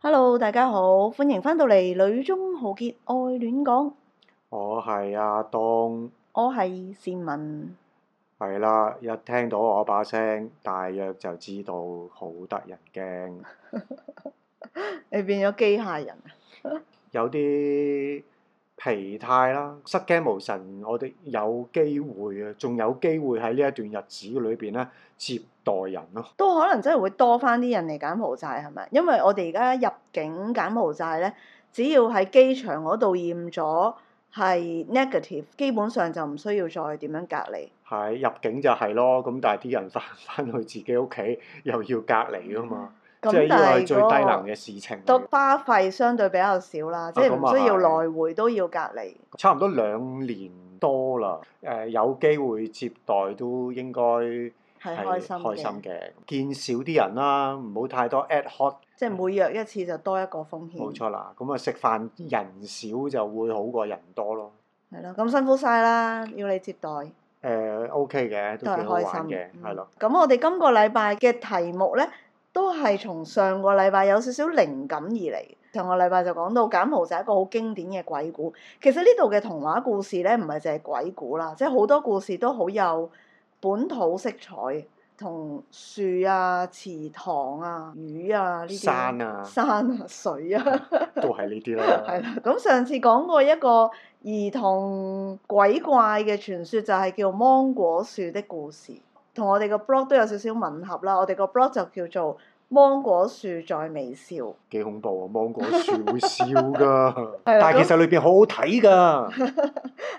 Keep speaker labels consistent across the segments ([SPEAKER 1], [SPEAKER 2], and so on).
[SPEAKER 1] Hello，大家好，歡迎翻到嚟《女中豪傑愛戀講》，
[SPEAKER 2] 我係阿東，
[SPEAKER 1] 我係善文。
[SPEAKER 2] 係啦，一聽到我把聲，大約就知道好得人驚。
[SPEAKER 1] 你變咗機械人啊？
[SPEAKER 2] 有啲疲態啦，失驚無神。我哋有機會啊，仲有機會喺呢一段日子裏邊咧接待人咯。
[SPEAKER 1] 都可能真係會多翻啲人嚟柬埔寨係咪？因為我哋而家入境柬埔寨咧，只要喺機場嗰度驗咗係 negative，基本上就唔需要再點樣隔離。
[SPEAKER 2] 係入境就係咯，咁但係啲人翻翻去自己屋企又要隔離噶嘛，即係
[SPEAKER 1] 嗯咁
[SPEAKER 2] 呢個
[SPEAKER 1] 但
[SPEAKER 2] 係
[SPEAKER 1] 係
[SPEAKER 2] 最低
[SPEAKER 1] 嗰
[SPEAKER 2] 能嘅事情嚟
[SPEAKER 1] 個
[SPEAKER 2] 嘅。
[SPEAKER 1] 花費相對比較少啦，即係唔
[SPEAKER 2] 咁啊
[SPEAKER 1] 需要
[SPEAKER 2] 係
[SPEAKER 1] 來回都要隔離。
[SPEAKER 2] 差唔多兩年多啦，誒、有機會接待都應該係
[SPEAKER 1] 係開心嘅
[SPEAKER 2] 開心嘅，見少啲人啦，唔好太多 ad hoc，
[SPEAKER 1] 即係每約一次就多一個風險。
[SPEAKER 2] 冇錯啦。咁啊食飯
[SPEAKER 1] 嗯
[SPEAKER 2] 人少就會好過人多咯。
[SPEAKER 1] 係咯，咁辛苦晒啦，要你接待，
[SPEAKER 2] 誒、OK 嘅，
[SPEAKER 1] 都
[SPEAKER 2] 都
[SPEAKER 1] 係
[SPEAKER 2] 幾好
[SPEAKER 1] 開心
[SPEAKER 2] 玩嘅，係咯、。
[SPEAKER 1] 嗯咁我哋今個禮拜嘅題目咧，都係從上個禮拜有少少靈感而嚟。上個禮拜就講到柬埔寨一個好經典嘅鬼故，其實呢度嘅童話故事咧，唔係淨係鬼故啦，即係好多故事都好有本土色彩，同樹啊、池塘啊、魚啊呢啲
[SPEAKER 2] 山啊
[SPEAKER 1] 山啊、水啊。
[SPEAKER 2] 都係呢
[SPEAKER 1] 係
[SPEAKER 2] 啲啦。
[SPEAKER 1] 啦， 咁上次講過一個兒童鬼怪嘅傳說，就係叫《芒果樹的故事》，同我哋個 blog 都有少少吻合啦。我哋個 blog 就叫做《芒果樹在微笑》，
[SPEAKER 2] 幾恐怖啊！芒果樹會笑㗎，
[SPEAKER 1] 係啦
[SPEAKER 2] 但係
[SPEAKER 1] 咁
[SPEAKER 2] 其實裏邊好好 睇㗎。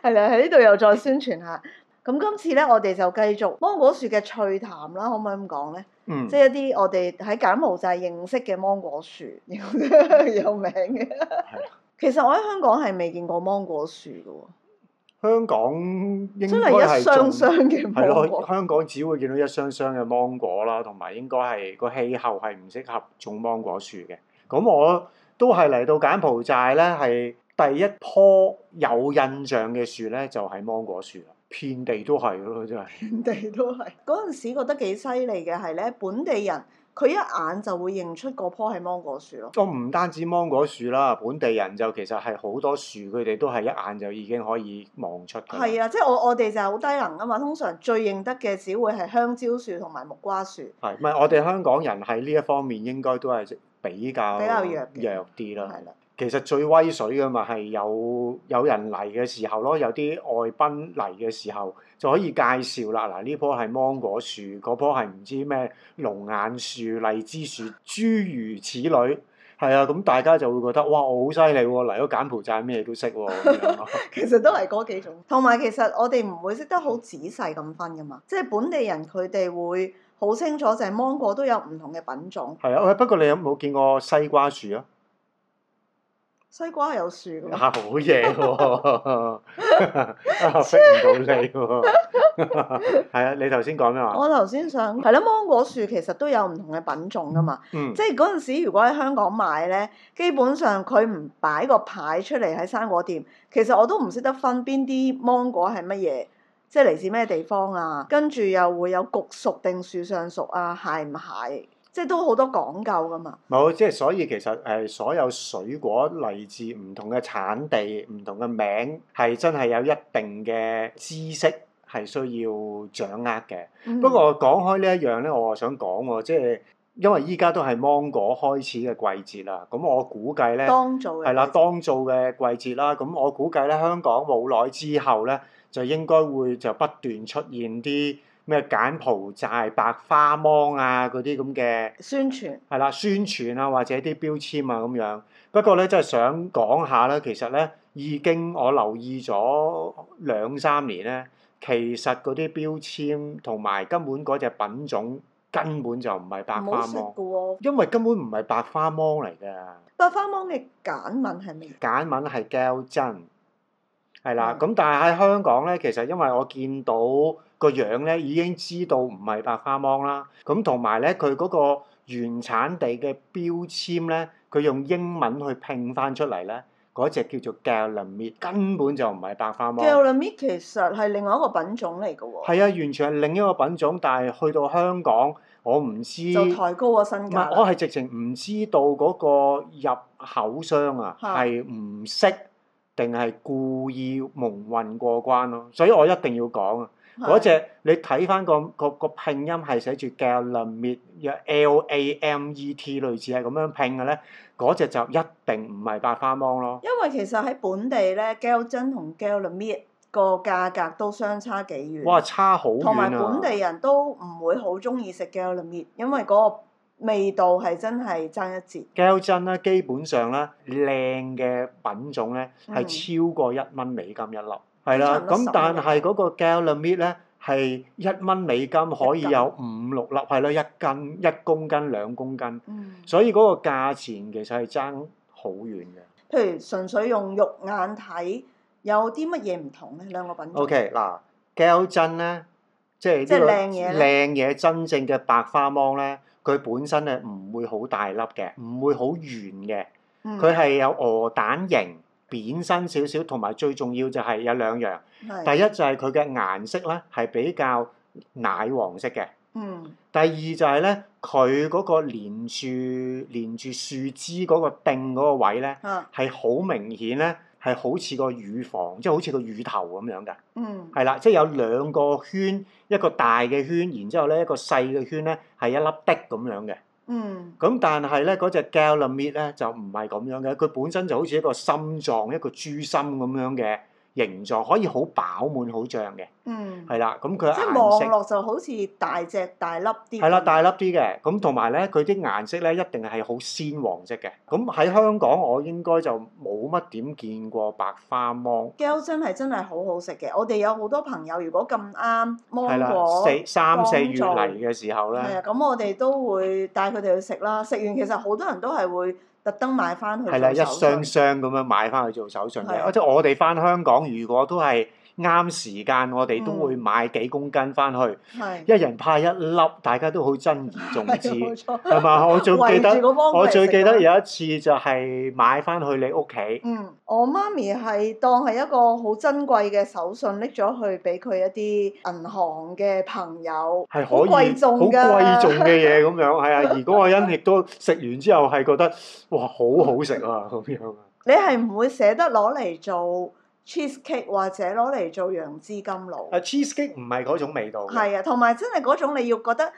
[SPEAKER 1] 係啦，喺呢度又再宣傳下。咁今次呢，我哋就繼續芒果樹嘅趣談啦，可唔可以咁講呢？
[SPEAKER 2] 嗯
[SPEAKER 1] 即，係一啲我哋喺柬埔寨認識嘅芒果樹， 有名嘅。
[SPEAKER 2] 啊
[SPEAKER 1] 其實我喺香港係未見過芒果樹嘅喎，
[SPEAKER 2] 香港應
[SPEAKER 1] 真
[SPEAKER 2] 該
[SPEAKER 1] 係
[SPEAKER 2] 係
[SPEAKER 1] 一箱
[SPEAKER 2] 仲
[SPEAKER 1] 箱 嘅
[SPEAKER 2] 係
[SPEAKER 1] 芒果
[SPEAKER 2] 咯，。香港只會見到一箱箱嘅啊芒果啦，同埋應該係個氣候係唔適合種芒果樹嘅。咁我都係嚟到柬埔寨咧，係第一棵有印象嘅樹咧，就係芒果樹啦，遍地都係咯，真係。
[SPEAKER 1] 本地都係嗰陣時覺得幾犀利嘅係咧，本地人佢一眼就會認出嗰棵係芒果樹咯。
[SPEAKER 2] 我唔單止芒果樹啦，本地人就其實係好多樹，佢哋都係一眼就已經可以望出㗎啦。
[SPEAKER 1] 係啊，即係我我哋就係好低能啊嘛，通常最認得嘅只會係香蕉樹同埋木瓜樹。
[SPEAKER 2] 係，唔係我哋香港人喺呢一方面應該都係比較
[SPEAKER 1] 比較弱嘅
[SPEAKER 2] 弱啲啦。
[SPEAKER 1] 係啦，
[SPEAKER 2] 其實最威水嘅咪係有有人嚟嘅時候咯，有啲外賓嚟嘅時候就可以介紹啦。嗱，呢棵係芒果樹，嗰棵係唔知咩龍眼樹、荔枝樹，諸如此類。係啊，咁大家就會覺得哇，我好犀利喎！嚟咗柬埔寨咩都識喎咁樣咯。
[SPEAKER 1] 其實都係嗰幾種。同埋其實我哋唔會識得好仔細咁分噶嘛，即係本地人佢哋會好清楚就係芒果都有唔同嘅品種，
[SPEAKER 2] 係啊，喂，不過你有冇見過西瓜樹啊？
[SPEAKER 1] 西瓜有樹㗎嘛
[SPEAKER 2] 啊，好嘢喎！ 啊，飛唔到你喎。 係啊，你頭先講咩話？
[SPEAKER 1] 我頭先想係啦，芒果樹其實都有唔同嘅品種噶嘛。
[SPEAKER 2] 嗯
[SPEAKER 1] 即，係嗰陣時，如果喺香港買呢，基本上佢唔擺個牌出嚟喺生果店，其實我都唔識得分邊啲芒果係乜嘢，即係嚟自咩地方啊。跟住又會有焗熟定樹上熟啊，蟹唔蟹，即係都好多講究噶嘛。
[SPEAKER 2] 冇，即係所以其實誒、所有水果嚟自唔同嘅產地、唔同嘅名，係真係有一定嘅知識係需要掌握嘅。
[SPEAKER 1] 嗯
[SPEAKER 2] 不過講開呢一樣咧，我想講喎，即係因為依家都係芒果開始嘅季節啦，咁我估計
[SPEAKER 1] 嗯
[SPEAKER 2] 咧。
[SPEAKER 1] 當造嘅
[SPEAKER 2] 呃係啦，當造嘅季節啦，咁我估計咧，香港冇耐之後咧，就應該會就不斷出現啲咩柬埔寨白花芒啊嗰啲咁嘅
[SPEAKER 1] 宣傳
[SPEAKER 2] 係啦宣傳啊，或者啲標籤啊咁樣。不過咧，真係想講下啦，其實咧已經我留意咗兩三年咧，其實嗰啲標籤同埋根本嗰隻品種根本就唔係白
[SPEAKER 1] 唔
[SPEAKER 2] 花
[SPEAKER 1] 好食
[SPEAKER 2] 芒
[SPEAKER 1] 嘅，喎。
[SPEAKER 2] 因為根本唔係白花芒嚟㗎。
[SPEAKER 1] 白花芒嘅簡文係乜嘢？
[SPEAKER 2] 簡文係膠真，係啦。
[SPEAKER 1] 嗯
[SPEAKER 2] 咁但係喺香港咧，其實因為我見到個樣咧，已經知道唔係白花芒啦。咁同埋咧，佢嗰個原產地嘅標籤咧，佢用英文去拼翻出嚟咧，嗰只叫做 Galamit，根本就唔係白花
[SPEAKER 1] g
[SPEAKER 2] 芒。
[SPEAKER 1] a l a m i 其實係另外一個品種嚟嘅喎。
[SPEAKER 2] 係啊，完全係另一個品種，但係去到香港，我唔知，
[SPEAKER 1] 就
[SPEAKER 2] 唔
[SPEAKER 1] 抬高個身價
[SPEAKER 2] 係
[SPEAKER 1] 啦。
[SPEAKER 2] 我係直情唔知道嗰個入口商啊
[SPEAKER 1] 嚇
[SPEAKER 2] 係唔識定係故意蒙混過關咯，所以我一定要講啊！嗰
[SPEAKER 1] 係
[SPEAKER 2] 只你睇翻個個個拼音係寫住 Galamet 有 L A M E T 類似係咁樣拼嘅咧，嗰只就一定唔係白花芒咯。
[SPEAKER 1] 因為其實喺本地咧 g a l 真同 g a l m i t 個價格都相差幾遠。
[SPEAKER 2] 哇，差好遠
[SPEAKER 1] 同
[SPEAKER 2] 啊！
[SPEAKER 1] 埋本地人都唔會好中意食 g a l m i t 因為嗰個味道係真係爭一截。
[SPEAKER 2] 膠真咧，基本上咧靚嘅品種咧
[SPEAKER 1] 嗯
[SPEAKER 2] 係超過一蚊美金一粒，
[SPEAKER 1] 差
[SPEAKER 2] 係啦
[SPEAKER 1] 唔。多
[SPEAKER 2] 咁
[SPEAKER 1] 10
[SPEAKER 2] 但
[SPEAKER 1] 蚊
[SPEAKER 2] 係嗰個 Galamit 咧係一蚊美金可以
[SPEAKER 1] 一斤
[SPEAKER 2] 有五六粒，係啦，一斤一公斤兩公斤，
[SPEAKER 1] 嗯，
[SPEAKER 2] 所以嗰個價錢其實係爭好遠嘅。
[SPEAKER 1] 嗯譬如純粹用肉眼睇，有啲乜嘢唔同咧？兩個品種。
[SPEAKER 2] OK 嗱膠真咧，即係
[SPEAKER 1] 即係
[SPEAKER 2] 呢個
[SPEAKER 1] 靚嘢呢
[SPEAKER 2] 靚嘢真正嘅白花芒咧，佢本身咧唔會好大粒嘅，唔會好圓嘅。
[SPEAKER 1] 嗯，
[SPEAKER 2] 佢係有鵝蛋形、扁身少少，同埋最重要就係有兩樣。第
[SPEAKER 1] 係
[SPEAKER 2] 一就係佢嘅顏色咧係比較奶黃色嘅。
[SPEAKER 1] 嗯
[SPEAKER 2] 第二就係咧，佢嗰個連住連住樹枝嗰個頂嗰個位咧，
[SPEAKER 1] 嚇
[SPEAKER 2] 係好明顯咧，係好似個乳房，即係好似個乳頭咁樣嘅。
[SPEAKER 1] 嗯
[SPEAKER 2] 係啦，即係有兩個圈，一個大嘅圈，然之後咧一個細嘅圈咧係一粒的咁樣嘅。
[SPEAKER 1] 嗯
[SPEAKER 2] 咁但係咧，嗰只 g a l a m i t 咧就唔係咁樣嘅，佢本身就好似一個心臟、一個豬心咁樣嘅形狀，可以好飽滿、好脹嘅，
[SPEAKER 1] 嗯，
[SPEAKER 2] 係啦。咁佢嘅
[SPEAKER 1] 即係望
[SPEAKER 2] 顏色
[SPEAKER 1] 落就好似大隻大粒啲。
[SPEAKER 2] 係啦，大粒啲嘅，咁同埋咧佢啲顏色咧一定係好鮮黃色嘅。咁喺香港我應該就冇乜點見過白花芒，
[SPEAKER 1] 膠真係真係好好食嘅，我哋有好多朋友如果咁啱
[SPEAKER 2] 係
[SPEAKER 1] 芒
[SPEAKER 2] 啦，
[SPEAKER 1] 果，係
[SPEAKER 2] 四三四月
[SPEAKER 1] 幫助
[SPEAKER 2] 嚟嘅時候咧
[SPEAKER 1] 啊，。咁我哋都會帶佢哋去食啦。食完其實好多人都係會特登買翻去
[SPEAKER 2] 係啦，一
[SPEAKER 1] 做手信
[SPEAKER 2] 箱箱咁樣買翻去做手信
[SPEAKER 1] 係啊
[SPEAKER 2] 嘅。即係我哋翻香港，如果都係啱時間，我哋都
[SPEAKER 1] 嗯
[SPEAKER 2] 會買幾公斤翻去，
[SPEAKER 1] 係
[SPEAKER 2] 一人派一粒，大家都好珍而重 之，
[SPEAKER 1] 係冇錯，
[SPEAKER 2] 係嘛？我最記
[SPEAKER 1] 圍住
[SPEAKER 2] 得，
[SPEAKER 1] 個芒果
[SPEAKER 2] 我
[SPEAKER 1] 嚟食
[SPEAKER 2] 最記
[SPEAKER 1] 啊
[SPEAKER 2] 得有一次就係買翻去你屋企，
[SPEAKER 1] 嗯，我媽咪係當係一個好珍貴嘅手信，拎咗去俾佢一啲銀行嘅朋友，
[SPEAKER 2] 係
[SPEAKER 1] 好
[SPEAKER 2] 可以
[SPEAKER 1] 貴重
[SPEAKER 2] 好
[SPEAKER 1] 㗎，
[SPEAKER 2] 貴重嘅嘢咁樣，係啊。而 嗰個人亦都食完之後係覺得哇，好好食 啊咁樣啊。
[SPEAKER 1] 你係唔會捨得攞嚟做 cheesecake 或者攞嚟做楊枝甘露。
[SPEAKER 2] 啊，cheesecake 唔係嗰種味道嘅。
[SPEAKER 1] 係啊，同埋真係嗰種你要覺得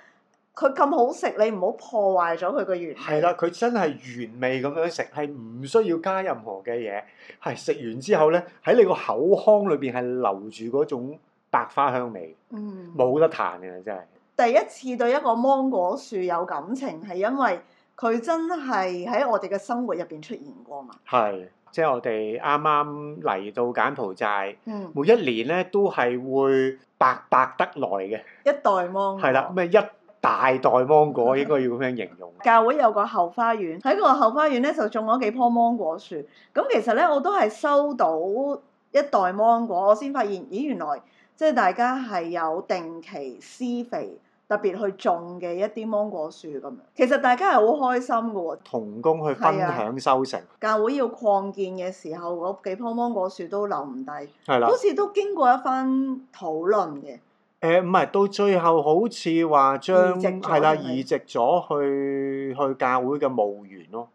[SPEAKER 1] 佢咁好食，你唔好破壞咗佢個原理。
[SPEAKER 2] 係啦，，佢真係原味咁樣食，係唔需要加任何嘅嘢。係食完之後咧，喺你個口腔裏邊係留住嗰種白花香味，
[SPEAKER 1] 嗯，
[SPEAKER 2] 冇得彈嘅真係。
[SPEAKER 1] 第一次對一個芒果樹有感情，係因為佢真係喺我哋嘅生活入邊出現過嘛。
[SPEAKER 2] 係，即係我哋啱啱嚟到柬埔寨，
[SPEAKER 1] 嗯，
[SPEAKER 2] 每一年咧都係會白白得來嘅，
[SPEAKER 1] 一代芒果。
[SPEAKER 2] 係啦，。啊咩一大袋芒果
[SPEAKER 1] 嗯
[SPEAKER 2] 應該要咁樣形容。
[SPEAKER 1] 教會有個後花園，喺個後花園咧就種咗幾棵芒果樹。咁其實咧我都係收到一袋芒果，我先發現，咦原來即係大家係有定期施肥，特別去種嘅一啲芒果樹咁樣。其實大家係好開心嘅喎。
[SPEAKER 2] 童工去分
[SPEAKER 1] 啊
[SPEAKER 2] 享收成，
[SPEAKER 1] 教會要擴建嘅時候，嗰幾棵芒果樹都留唔低，
[SPEAKER 2] 係啦
[SPEAKER 1] 好。似都經過一番討論嘅。
[SPEAKER 2] 誒唔係，到最後好似話將
[SPEAKER 1] 移植咗
[SPEAKER 2] 係啦，
[SPEAKER 1] 係咪
[SPEAKER 2] 移植咗去去教會嘅墓園咯。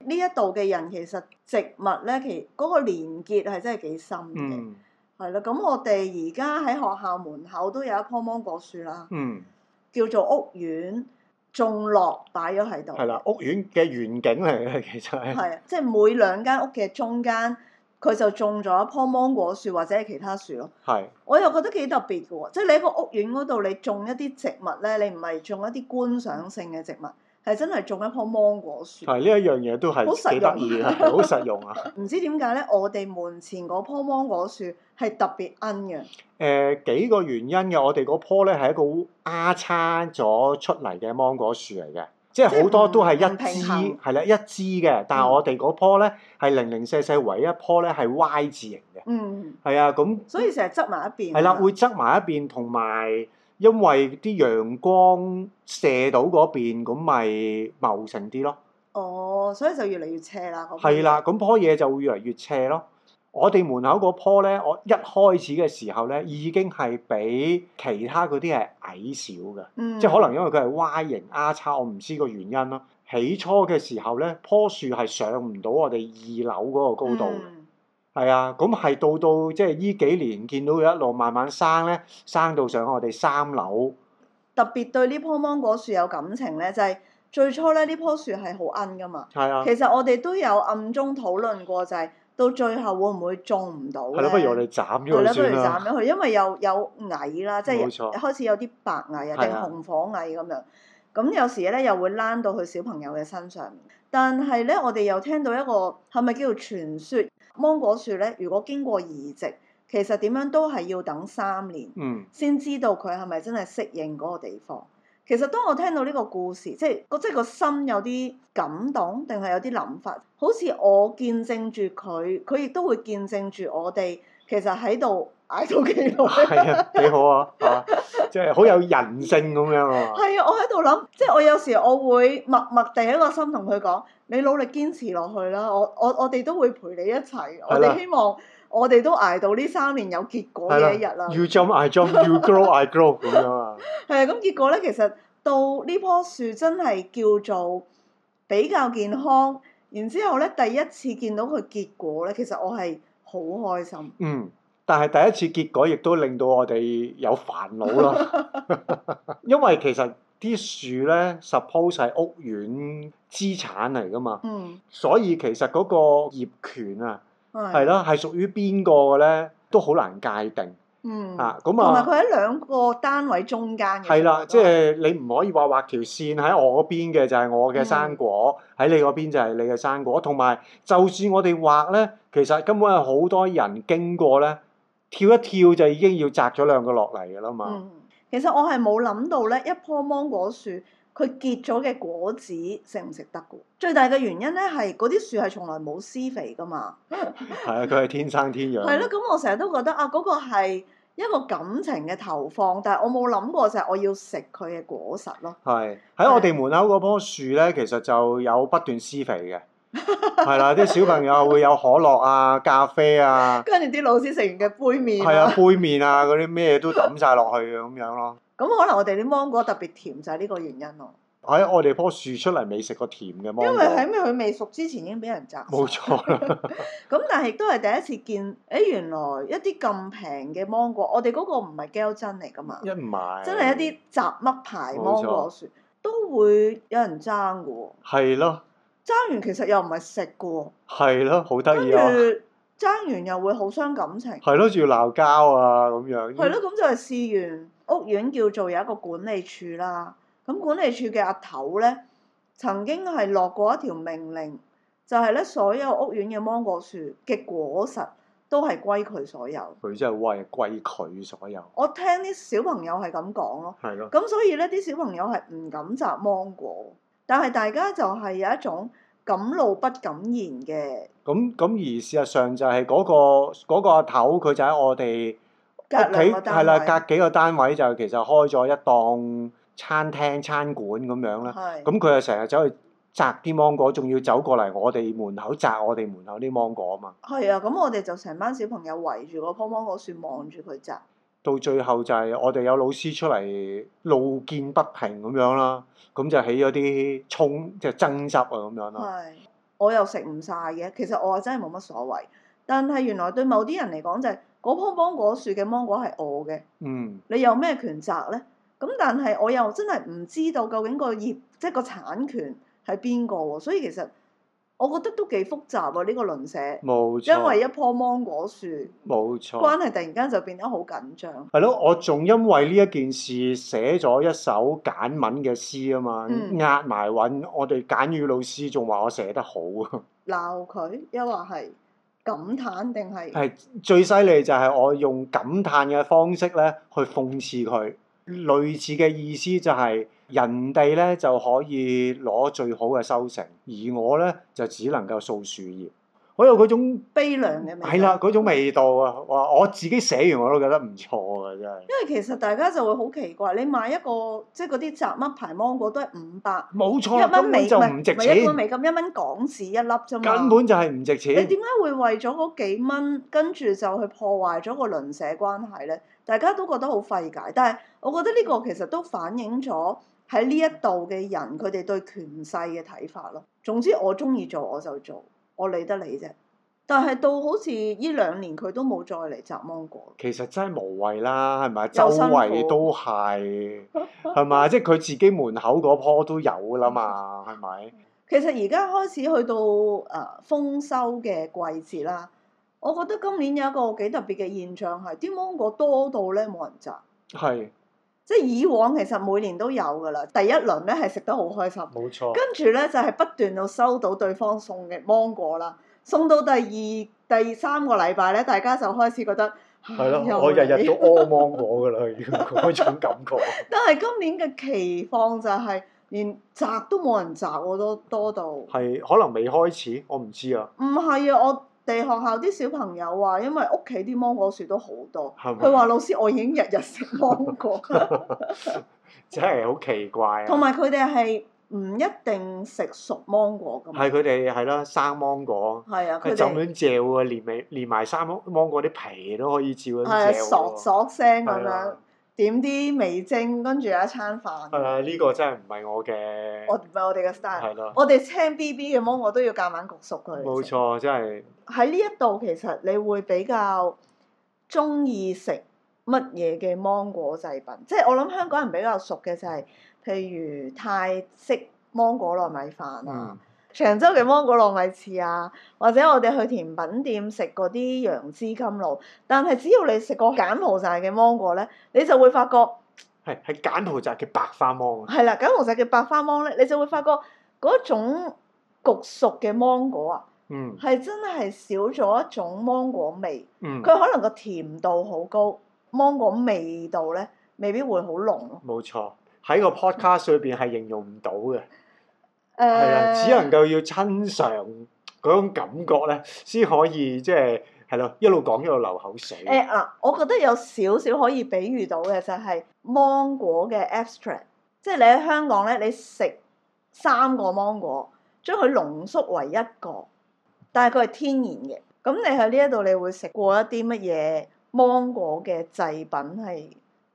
[SPEAKER 1] 呢一度嘅人其實植物咧，其嗰、個連結係真係幾深嘅，
[SPEAKER 2] 嗯
[SPEAKER 1] 係啦、咁我哋而家喺學校門口都有一棵芒果樹啦，
[SPEAKER 2] 嗯，
[SPEAKER 1] 叫做屋苑種落擺咗喺度。
[SPEAKER 2] 係啦，，屋苑嘅園景嚟嘅，其實係
[SPEAKER 1] 哦係啊，即係每兩間屋嘅中間，佢就種咗一棵芒果樹或者係其他樹咯。
[SPEAKER 2] 係
[SPEAKER 1] 我又覺得幾特別嘅喎，即係你喺個屋苑嗰度，你種一啲植物咧，你唔係種一啲觀賞性嘅植物，係真係種一棵芒果樹。
[SPEAKER 2] 係呢一樣嘢都係
[SPEAKER 1] 好實啊
[SPEAKER 2] 幾得意嘅，係好實用啊！
[SPEAKER 1] 唔知點解咧，我哋門前嗰棵芒果樹係特別奀嘅，
[SPEAKER 2] 誒呃幾個原因嘅，我哋嗰棵咧係一個丫叉咗出嚟嘅芒果樹嚟嘅，即係好多都係
[SPEAKER 1] 即係唔
[SPEAKER 2] 一
[SPEAKER 1] 平
[SPEAKER 2] 枝
[SPEAKER 1] 衡
[SPEAKER 2] 係啦，一枝嘅，但係
[SPEAKER 1] 嗯
[SPEAKER 2] 我哋嗰棵咧係零零舍舍唯一一棵咧係 Y 字形嘅，
[SPEAKER 1] 嗯，
[SPEAKER 2] 係啊，咁
[SPEAKER 1] 所以成日執埋一邊。啊
[SPEAKER 2] 係啦，會側埋一邊，同埋因為啲陽光射到嗰邊，咁咪茂盛啲咯。
[SPEAKER 1] 哦，所以就越嚟越斜啦。嗰棵
[SPEAKER 2] 係啦，，咁棵嘢就會越嚟越斜咯。我哋門口嗰棵咧，我一開始嘅時候咧，已經係比其他嗰啲係矮小嘅，
[SPEAKER 1] 嗯，
[SPEAKER 2] 即係可能因為佢係 Y 型丫叉，我唔知個原因咯。起初嘅時候咧，棵樹係上唔到我哋二樓嗰個高度嘅。
[SPEAKER 1] 嗯
[SPEAKER 2] 係啊，咁係到到即係呢幾年見到佢一路慢慢生咧，生到上我哋三樓。
[SPEAKER 1] 特別對呢棵芒果樹有感情咧，就係、最初咧呢棵樹係好奀噶嘛。
[SPEAKER 2] 係啊，
[SPEAKER 1] 其實我哋都有暗中討論過、就係到最後會唔會種唔到
[SPEAKER 2] 係
[SPEAKER 1] 咧？
[SPEAKER 2] 啦，不如我哋斬
[SPEAKER 1] 係
[SPEAKER 2] 咗
[SPEAKER 1] 啦，
[SPEAKER 2] 佢
[SPEAKER 1] 不如
[SPEAKER 2] 算啦。
[SPEAKER 1] 斬咗佢，因為又有蟻啦，即係
[SPEAKER 2] 冇錯
[SPEAKER 1] 開始有啲白蟻
[SPEAKER 2] 係
[SPEAKER 1] 啊，定
[SPEAKER 2] 啊
[SPEAKER 1] 紅火蟻咁樣。咁有時咧又會躝到去小朋友嘅身上面，但係咧我哋又聽到一個係咪叫做傳說，芒果樹咧如果經過移植，其實點樣都係要等三年
[SPEAKER 2] 嗯，
[SPEAKER 1] 先知道佢係咪真係適應嗰個地方。其實當我聽到呢個故事，即係個即係個心有啲感動，定係有啲諗法，好似我見證住佢，佢亦都會見證住我哋，其實喺度捱到幾 耐。
[SPEAKER 2] 係啊，幾好啊，啊，即係好有人性咁樣啊。
[SPEAKER 1] 係啊，我喺度諗，即係我有時我會默默地喺個心同佢講：你努力堅持落去啦，我我我哋都會陪你一齊，我
[SPEAKER 2] 係啦
[SPEAKER 1] 哋希望我哋都捱到呢三年有結果
[SPEAKER 2] 係啦
[SPEAKER 1] 嘅一日啦。
[SPEAKER 2] You jump, I jump. You grow, I grow 咁樣 啊。
[SPEAKER 1] 係咁結果咧，其實到呢棵樹真係叫做比較健康，然之後咧第一次見到佢結果咧，其實我係好開心。
[SPEAKER 2] 嗯，但係第一次結果亦都令到我哋有煩惱啦， 因為其實啲樹咧，suppose 係屋苑資產嚟噶嘛，
[SPEAKER 1] 嗯，
[SPEAKER 2] 所以其實嗰個業權啊，係
[SPEAKER 1] 係，
[SPEAKER 2] 啦，係屬於邊個嘅咧，都好難界定
[SPEAKER 1] 嗯，
[SPEAKER 2] 啊。咁
[SPEAKER 1] 同埋
[SPEAKER 2] 啊，
[SPEAKER 1] 佢喺兩個單位中間嘅。
[SPEAKER 2] 係啦，即
[SPEAKER 1] 都係
[SPEAKER 2] 係你唔可以話畫條線喺我嗰邊嘅就係我嘅
[SPEAKER 1] 嗯
[SPEAKER 2] 生果，喺你嗰邊就係你嘅生果。同埋就算我哋畫咧，其實根本係好多人經過咧，跳一跳就已經要摘咗兩個落嚟㗎啦嘛。
[SPEAKER 1] 嗯，其實我係冇諗到咧，一棵芒果樹佢結咗嘅果子食唔食得嘅喎。最大嘅原因咧係嗰啲樹係從來冇施肥噶嘛。
[SPEAKER 2] 係啊，佢係天生天養。
[SPEAKER 1] 係咯，咁我成日都覺得啊，嗰、個係一個感情嘅投放，但係我冇諗過就係我要食佢嘅果實咯。
[SPEAKER 2] 係喺我哋門口嗰棵樹咧，其實就有不斷施肥嘅，係啦，啲小朋友會有可樂啊、咖啡 啊，
[SPEAKER 1] 跟住啲老師食完嘅杯麵
[SPEAKER 2] 係啊、
[SPEAKER 1] 啊，
[SPEAKER 2] 杯麵啊嗰啲咩都抌晒落去嘅咁樣咯。
[SPEAKER 1] 咁可能我哋啲芒果特別甜就係呢個原因咯。
[SPEAKER 2] 喺我哋棵樹出嚟未食過甜嘅芒
[SPEAKER 1] 因為喺
[SPEAKER 2] 果，
[SPEAKER 1] 咩佢未熟之前已經俾人摘晒。
[SPEAKER 2] 冇錯 啦。
[SPEAKER 1] 咁但係亦都係第一次見，誒、原來一啲咁平嘅芒果，我哋嗰個唔係 gel 真嚟㗎嘛
[SPEAKER 2] 一，唔係，
[SPEAKER 1] 真係一啲雜乜牌芒果樹都會有人爭嘅喎，
[SPEAKER 2] 係咯，
[SPEAKER 1] 爭完其實又唔係食嘅喎。
[SPEAKER 2] 係咯，好得
[SPEAKER 1] 跟
[SPEAKER 2] 意
[SPEAKER 1] 住
[SPEAKER 2] 啊，
[SPEAKER 1] 爭完又會好傷感情，
[SPEAKER 2] 係咯，仲要鬧交啊咁樣，
[SPEAKER 1] 係咯，咁就係試完屋苑叫做有一個管理處啦。咁管理處嘅阿頭咧，曾經係落過一條命令，就係、咧所有屋苑嘅芒果樹嘅果實都係歸佢所有。
[SPEAKER 2] 佢真係喂歸佢所有，
[SPEAKER 1] 我聽啲小朋友係咁講咯，
[SPEAKER 2] 係咯，
[SPEAKER 1] 咁所以咧啲小朋友係唔敢摘芒果，但係大家就係有一種敢怒不敢言嘅
[SPEAKER 2] 咁咁而事實上就係嗰個嗰個阿頭，佢就喺我哋。
[SPEAKER 1] 隔
[SPEAKER 2] 屋企
[SPEAKER 1] 兩個
[SPEAKER 2] 係
[SPEAKER 1] 單
[SPEAKER 2] 啦，
[SPEAKER 1] 位，
[SPEAKER 2] 隔幾個單位就其實開咗一檔餐廳、餐館咁樣啦。
[SPEAKER 1] 係
[SPEAKER 2] 咁佢就成日走去摘啲芒果，仲要走過嚟我哋門口摘我哋門口啲芒果啊嘛。
[SPEAKER 1] 係啊，咁我哋就成班小朋友圍住個棵芒果樹望住佢摘。
[SPEAKER 2] 到最後就係我哋有老師出嚟路見不平咁樣啦，咁就起咗啲衝即係爭執啊咁樣啦。
[SPEAKER 1] 係，我又食唔晒嘅，其實我真係冇乜所謂。但係原來對某啲人嚟講就係、嗰棵芒果樹嘅芒果係我嘅，
[SPEAKER 2] 嗯，
[SPEAKER 1] 你有咩權責呢？咁但係我又真係唔知道究竟個業 即係個產權係邊個喎，所以其實我覺得都幾複雜喎、呢、個鄰舍，
[SPEAKER 2] 冇錯，
[SPEAKER 1] 因為一棵芒果樹
[SPEAKER 2] 冇錯。
[SPEAKER 1] 關係突然間就變得好緊張。
[SPEAKER 2] 係咯，我仲因為呢一件事寫咗一首簡文嘅詩啊嘛，
[SPEAKER 1] 嗯
[SPEAKER 2] 壓埋韻。我哋簡語老師仲話我寫得好啊，
[SPEAKER 1] 鬧佢，又或係感嘆定係
[SPEAKER 2] 係最犀利就係我用感嘆嘅方式咧去諷刺佢，類似嘅意思就係人哋咧就可以攞最好嘅收成，而我咧就只能夠掃樹葉。好有嗰種
[SPEAKER 1] 悲涼嘅味道。
[SPEAKER 2] 係啦，嗰種味道啊！哇，我自己寫完我都覺得唔錯啊，真係
[SPEAKER 1] 因為其實大家就會好奇怪，你買一個即係嗰啲雜乜牌芒果都係五百
[SPEAKER 2] 冇
[SPEAKER 1] 一
[SPEAKER 2] 錯啦，
[SPEAKER 1] 蚊
[SPEAKER 2] 根本
[SPEAKER 1] 美，
[SPEAKER 2] 就
[SPEAKER 1] 係
[SPEAKER 2] 唔值
[SPEAKER 1] 係一蚊
[SPEAKER 2] 錢，
[SPEAKER 1] 美金，一蚊港紙一粒啫嘛。
[SPEAKER 2] 根本就係唔值
[SPEAKER 1] 你
[SPEAKER 2] 錢
[SPEAKER 1] 點。解會為咗嗰幾蚊，跟住就去破壞咗個鄰舍關係咧？大家都覺得好費解，但係我覺得呢個其實都反映咗喺呢一度嘅人佢哋對權勢嘅睇法咯。總之我中意做我就做，我理得你啫。但係到好似呢兩年佢都冇再嚟摘芒果，
[SPEAKER 2] 其實真係無謂啦，係咪？周
[SPEAKER 1] 又辛苦
[SPEAKER 2] 圍都係，係嘛？即係佢自己門口嗰棵都有啦嘛，係咪？
[SPEAKER 1] 其實而家開始去到誒、呃、豐收嘅季節啦，我覺得今年有一個幾特別嘅現象係啲芒果多到咧冇人摘。
[SPEAKER 2] 係
[SPEAKER 1] 即係以往其實每年都有㗎啦，第一輪咧係食得好開心，
[SPEAKER 2] 冇錯
[SPEAKER 1] 跟住咧就係、不斷到收到對方送嘅芒果啦，送到第二、第三個禮拜咧，大家就開始覺得
[SPEAKER 2] 係
[SPEAKER 1] 唉
[SPEAKER 2] 咯，我日
[SPEAKER 1] 又嚟
[SPEAKER 2] 日都屙芒果㗎啦，已經 嗰種感覺。
[SPEAKER 1] 但係今年嘅期況就係、連摘都冇人摘喎，都多到唔
[SPEAKER 2] 係可能未開始，我唔知啊。
[SPEAKER 1] 係啊！我哋學校啲小朋友話，因為屋企啲芒果樹都好多，
[SPEAKER 2] 係咪
[SPEAKER 1] 佢話老師我已經日日食芒 果，
[SPEAKER 2] 真係好奇怪
[SPEAKER 1] 同
[SPEAKER 2] 啊！
[SPEAKER 1] 埋佢哋係唔一定食熟芒果㗎嘛
[SPEAKER 2] 係，佢哋係啦，生芒果，
[SPEAKER 1] 係啊，
[SPEAKER 2] 佢
[SPEAKER 1] 佢
[SPEAKER 2] 就
[SPEAKER 1] 哋
[SPEAKER 2] 咁。樣嚼啊，連埋連埋生芒芒果啲皮都可以照咁
[SPEAKER 1] 係啊，
[SPEAKER 2] 嚼
[SPEAKER 1] 索
[SPEAKER 2] 喎。
[SPEAKER 1] 索聲咁
[SPEAKER 2] 係
[SPEAKER 1] 樣
[SPEAKER 2] 啊，
[SPEAKER 1] 點啲味精，跟住有一餐
[SPEAKER 2] 係
[SPEAKER 1] 飯。
[SPEAKER 2] 啊，呢個真係唔係我嘅。
[SPEAKER 1] 我唔係我哋嘅 style，
[SPEAKER 2] 係啦，
[SPEAKER 1] 我哋青 B B 嘅芒我都要夾硬焗熟佢。
[SPEAKER 2] 冇。錯，真係。
[SPEAKER 1] 喺呢一度其實你會比較中意食乜嘢嘅芒果製品，即係我諗香港人比較熟嘅就係、譬如泰式芒果糯米飯啊。
[SPEAKER 2] 嗯，
[SPEAKER 1] 長洲嘅芒果糯米糍啊，或者我哋去甜品店食嗰啲楊枝甘露，但係只要你食過柬埔寨嘅芒果咧，你就會發覺
[SPEAKER 2] 係係柬埔寨嘅白花芒啊，
[SPEAKER 1] 係啦，柬埔寨嘅白花芒咧，你就會發覺嗰種焗熟嘅芒果啊，
[SPEAKER 2] 嗯
[SPEAKER 1] 係真係少咗一種芒果味，
[SPEAKER 2] 嗯
[SPEAKER 1] 佢，可能個甜度好高，芒果味道咧未必會好濃咯。
[SPEAKER 2] 冇錯，喺個 podcast 裏邊係形容唔到嘅，
[SPEAKER 1] 誒、
[SPEAKER 2] 係啦，
[SPEAKER 1] 呃
[SPEAKER 2] 只能夠要親嘗嗰種感覺咧，先可以即係係咯，一路講一路流口水。
[SPEAKER 1] 誒呃嗱，我覺得有少少可以比喻到嘅就係芒果嘅 abstract，即係你喺香港咧，你食三個芒果，將佢濃縮為一個，但係佢係天然嘅。咁你喺呢一度，你會食過一啲乜嘢芒果嘅製品係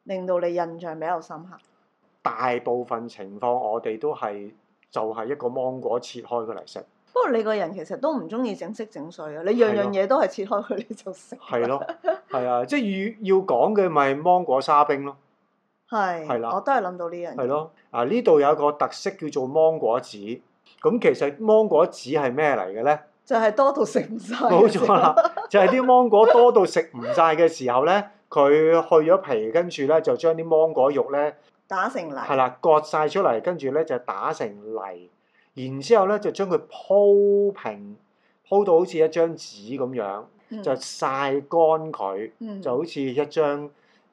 [SPEAKER 1] 令到你印象比較深刻？
[SPEAKER 2] 大部分情況我哋都係就係、一個芒果切開佢嚟食，
[SPEAKER 1] 不過你個人其實都唔中意整色整水啊，你樣樣嘢都係切開佢你就食。
[SPEAKER 2] 係。咯，係啊，即係要要講嘅咪芒果沙冰咯，係
[SPEAKER 1] 係。
[SPEAKER 2] 啦
[SPEAKER 1] 我都係諗到呢樣
[SPEAKER 2] 係
[SPEAKER 1] 嘢。
[SPEAKER 2] 咯，啊呢度有一個特色叫做芒果籽，咁其實芒果籽係咩嚟 嘅咧？
[SPEAKER 1] 就係多到食唔晒。
[SPEAKER 2] 冇錯啦。，
[SPEAKER 1] 啊
[SPEAKER 2] 就係啲芒果多到食唔晒嘅時候咧，佢去咗皮，跟住咧就將啲芒果肉咧
[SPEAKER 1] 打成泥。
[SPEAKER 2] 係啦割晒出嚟，跟住咧就打成泥，然之後咧就將佢鋪平，鋪到好似一張紙咁樣，
[SPEAKER 1] 嗯
[SPEAKER 2] 就曬乾佢，
[SPEAKER 1] 嗯
[SPEAKER 2] 就好似一張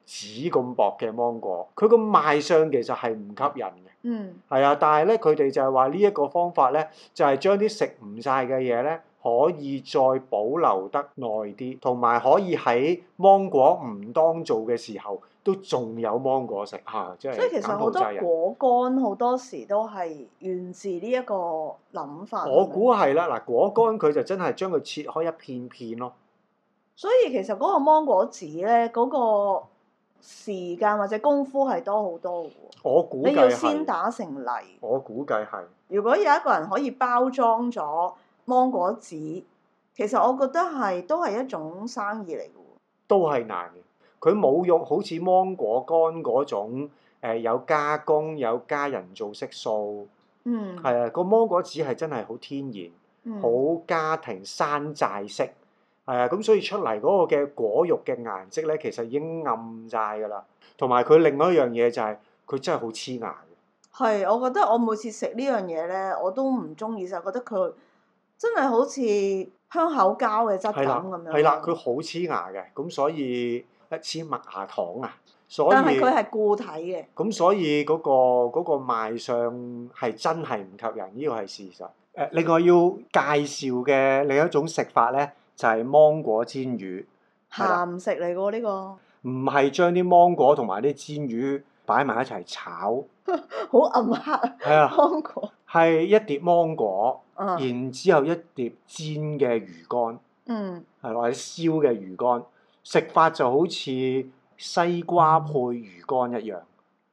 [SPEAKER 2] 紙咁薄嘅芒果。佢個賣相其實係唔吸引嘅。
[SPEAKER 1] 嗯
[SPEAKER 2] 係啊，但係咧，佢哋就係話呢一個方法咧，就係將啲食唔晒嘅嘢咧，可以再保留得耐啲，同埋可以喺芒果唔當造嘅時候，都仲有芒果食嚇、啊，即
[SPEAKER 1] 所以
[SPEAKER 2] 係
[SPEAKER 1] 其實
[SPEAKER 2] 柬
[SPEAKER 1] 好
[SPEAKER 2] 埔寨人。
[SPEAKER 1] 多果乾好多時都係源自呢一個諗法。
[SPEAKER 2] 我估啊係啦，嗱果乾佢就真係將佢切開一片片咯，
[SPEAKER 1] 所以其實嗰個芒果籽咧，嗰、個時間或者功夫係多好多嘅喎。
[SPEAKER 2] 我估
[SPEAKER 1] 你要
[SPEAKER 2] 計
[SPEAKER 1] 先
[SPEAKER 2] 係，
[SPEAKER 1] 打成泥。
[SPEAKER 2] 我估計係，
[SPEAKER 1] 如果有一個人可以包裝咗芒果籽，其實我覺得係都係一種生意嚟嘅喎。
[SPEAKER 2] 都係難嘅。佢冇用好似芒果乾嗰種、呃、有加工有加人造色素。
[SPEAKER 1] 嗯，
[SPEAKER 2] 係啊，個芒果籽係真係好天然，
[SPEAKER 1] 嗯
[SPEAKER 2] 好家庭山寨式。係啊，咁所以出嚟嗰個嘅果肉嘅顏色咧，其實已經暗晒㗎啦。同埋佢另外一樣嘢就係、佢真係好黐牙嘅，
[SPEAKER 1] 係，我覺得我每次食呢樣嘢咧，我都唔中意，就係覺得佢真係好似香口膠嘅質
[SPEAKER 2] 係
[SPEAKER 1] 感
[SPEAKER 2] 啦
[SPEAKER 1] 咁樣。
[SPEAKER 2] 係啦，佢好黐牙嘅，咁所以一黐麥芽糖啊，所
[SPEAKER 1] 但係
[SPEAKER 2] 以
[SPEAKER 1] 佢係固體嘅，
[SPEAKER 2] 咁所以嗰、個嗰、個賣相係真係唔吸引，呢個係事實。誒、誒，另外要介紹嘅另一種食法咧，就係、芒果煎魚，係啦
[SPEAKER 1] 鹹食嚟嘅喎呢個，
[SPEAKER 2] 唔係將啲芒果同埋啲煎魚擺埋一齊炒，
[SPEAKER 1] 好暗黑啊
[SPEAKER 2] 係啊，
[SPEAKER 1] 芒 果。
[SPEAKER 2] 係一碟芒果，
[SPEAKER 1] 啊，
[SPEAKER 2] 然之後一碟煎嘅魚乾，
[SPEAKER 1] 嗯，
[SPEAKER 2] 係或者燒嘅魚乾，食法就好似西瓜配魚乾一樣，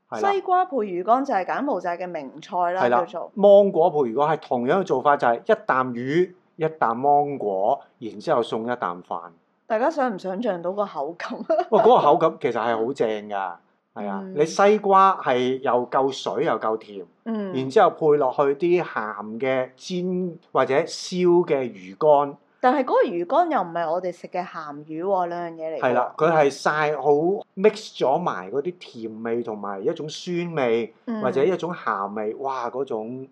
[SPEAKER 2] 係啦
[SPEAKER 1] 嗯西。瓜配魚乾就係柬埔寨嘅名菜啦，
[SPEAKER 2] 係啦
[SPEAKER 1] 叫做。
[SPEAKER 2] 芒果配魚乾係同樣嘅做法，就係一啖魚、一啖芒果，然之後送一啖飯。
[SPEAKER 1] 大家想唔想像到個口感？
[SPEAKER 2] 哇！嗰、個口感其實係好正㗎，係啊！
[SPEAKER 1] 嗯
[SPEAKER 2] 你西瓜係又夠水又夠甜，然
[SPEAKER 1] 嗯，
[SPEAKER 2] 之後配落去啲鹹嘅煎或者燒嘅魚
[SPEAKER 1] 但係嗰個魚乾又唔係我哋食嘅鹹魚喎，兩樣嘢嚟。
[SPEAKER 2] 乾，係啦，，佢係晒好 mix 咗埋嗰啲甜味同埋一種酸味、
[SPEAKER 1] 嗯
[SPEAKER 2] 或者一種鹹味，哇！嗰種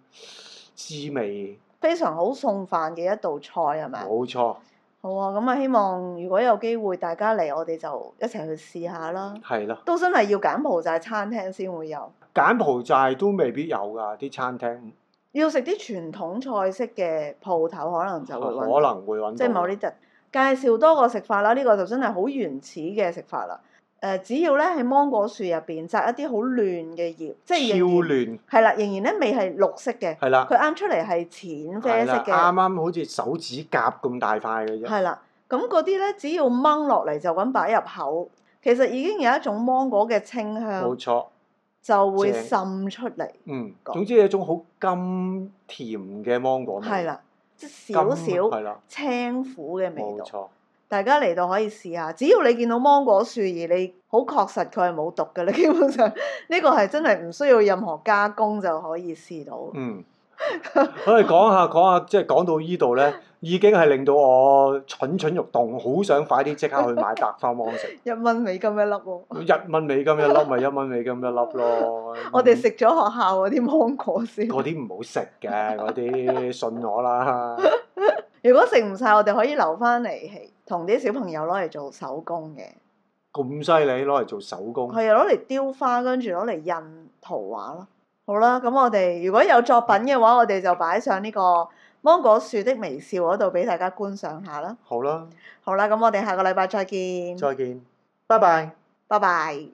[SPEAKER 2] 滋味
[SPEAKER 1] 非常好送飯嘅一道菜係咪？
[SPEAKER 2] 冇錯，
[SPEAKER 1] 好啊，咁啊，希望如果有機會大家嚟，我哋就一齊去試下啦。
[SPEAKER 2] 係啦。
[SPEAKER 1] 都真係要柬埔寨餐廳先會有，
[SPEAKER 2] 柬埔寨都未必有㗎啲餐廳，
[SPEAKER 1] 要食啲傳統菜式嘅鋪頭，可能就會揾
[SPEAKER 2] 啊
[SPEAKER 1] 到，
[SPEAKER 2] 可能會揾到。
[SPEAKER 1] 即係某啲特介紹多個食法啦。呢、個就真係好原始嘅食法啦。誒、只要咧喺芒果樹入邊摘一啲好嫩嘅葉，即係
[SPEAKER 2] 超
[SPEAKER 1] 仍然
[SPEAKER 2] 亂，
[SPEAKER 1] 係啦，仍然咧未係綠色嘅，
[SPEAKER 2] 係啦，
[SPEAKER 1] 佢啱出嚟係淺啡
[SPEAKER 2] 係
[SPEAKER 1] 色
[SPEAKER 2] 啦，啱啊
[SPEAKER 1] 嘅，
[SPEAKER 2] 啱好似手指甲咁大塊嘅啫。
[SPEAKER 1] 係啦。咁嗰啲咧，只要掹落嚟就咁擺入口，其實已經有一種芒果嘅清香
[SPEAKER 2] 冇。錯，
[SPEAKER 1] 就會
[SPEAKER 2] 正
[SPEAKER 1] 滲出嚟，
[SPEAKER 2] 嗯，
[SPEAKER 1] 講
[SPEAKER 2] 總之有一種好甘甜嘅芒果味，
[SPEAKER 1] 係啦，即
[SPEAKER 2] 甘，
[SPEAKER 1] 少
[SPEAKER 2] 係
[SPEAKER 1] 少
[SPEAKER 2] 啦，
[SPEAKER 1] 青苦嘅味
[SPEAKER 2] 冇
[SPEAKER 1] 道。
[SPEAKER 2] 錯，
[SPEAKER 1] 大家嚟到可以試下，只要你見到芒果樹而你好確實佢係冇毒嘅啦，基 本上呢個係真係唔需要任何加工就可以試到。
[SPEAKER 2] 嗯。我哋講下講下，即係講到依度咧，已經係令到我蠢蠢欲動，好想快啲即刻去買白花芒食，
[SPEAKER 1] 一蚊美金一粒喎，
[SPEAKER 2] 一蚊美金一粒咪一蚊美金一粒 咯。嗯
[SPEAKER 1] 我哋食咗學校嗰啲芒果先。
[SPEAKER 2] 嗰啲唔好食 嘅，嗰啲信我啦。
[SPEAKER 1] 如果食唔晒，我哋可以留翻嚟係同啲小朋友攞嚟做手工嘅，
[SPEAKER 2] 咁犀利，攞嚟做手工。
[SPEAKER 1] 係啊，攞嚟雕花，跟住攞嚟印圖畫咯。好啦，咁我哋如果有作品嘅話，我哋就擺上呢個芒果樹的微笑嗰度俾大家觀賞下啦。
[SPEAKER 2] 好啦，
[SPEAKER 1] 好啦，咁我哋下個禮拜再見，
[SPEAKER 2] 再見，拜拜。
[SPEAKER 1] 拜拜。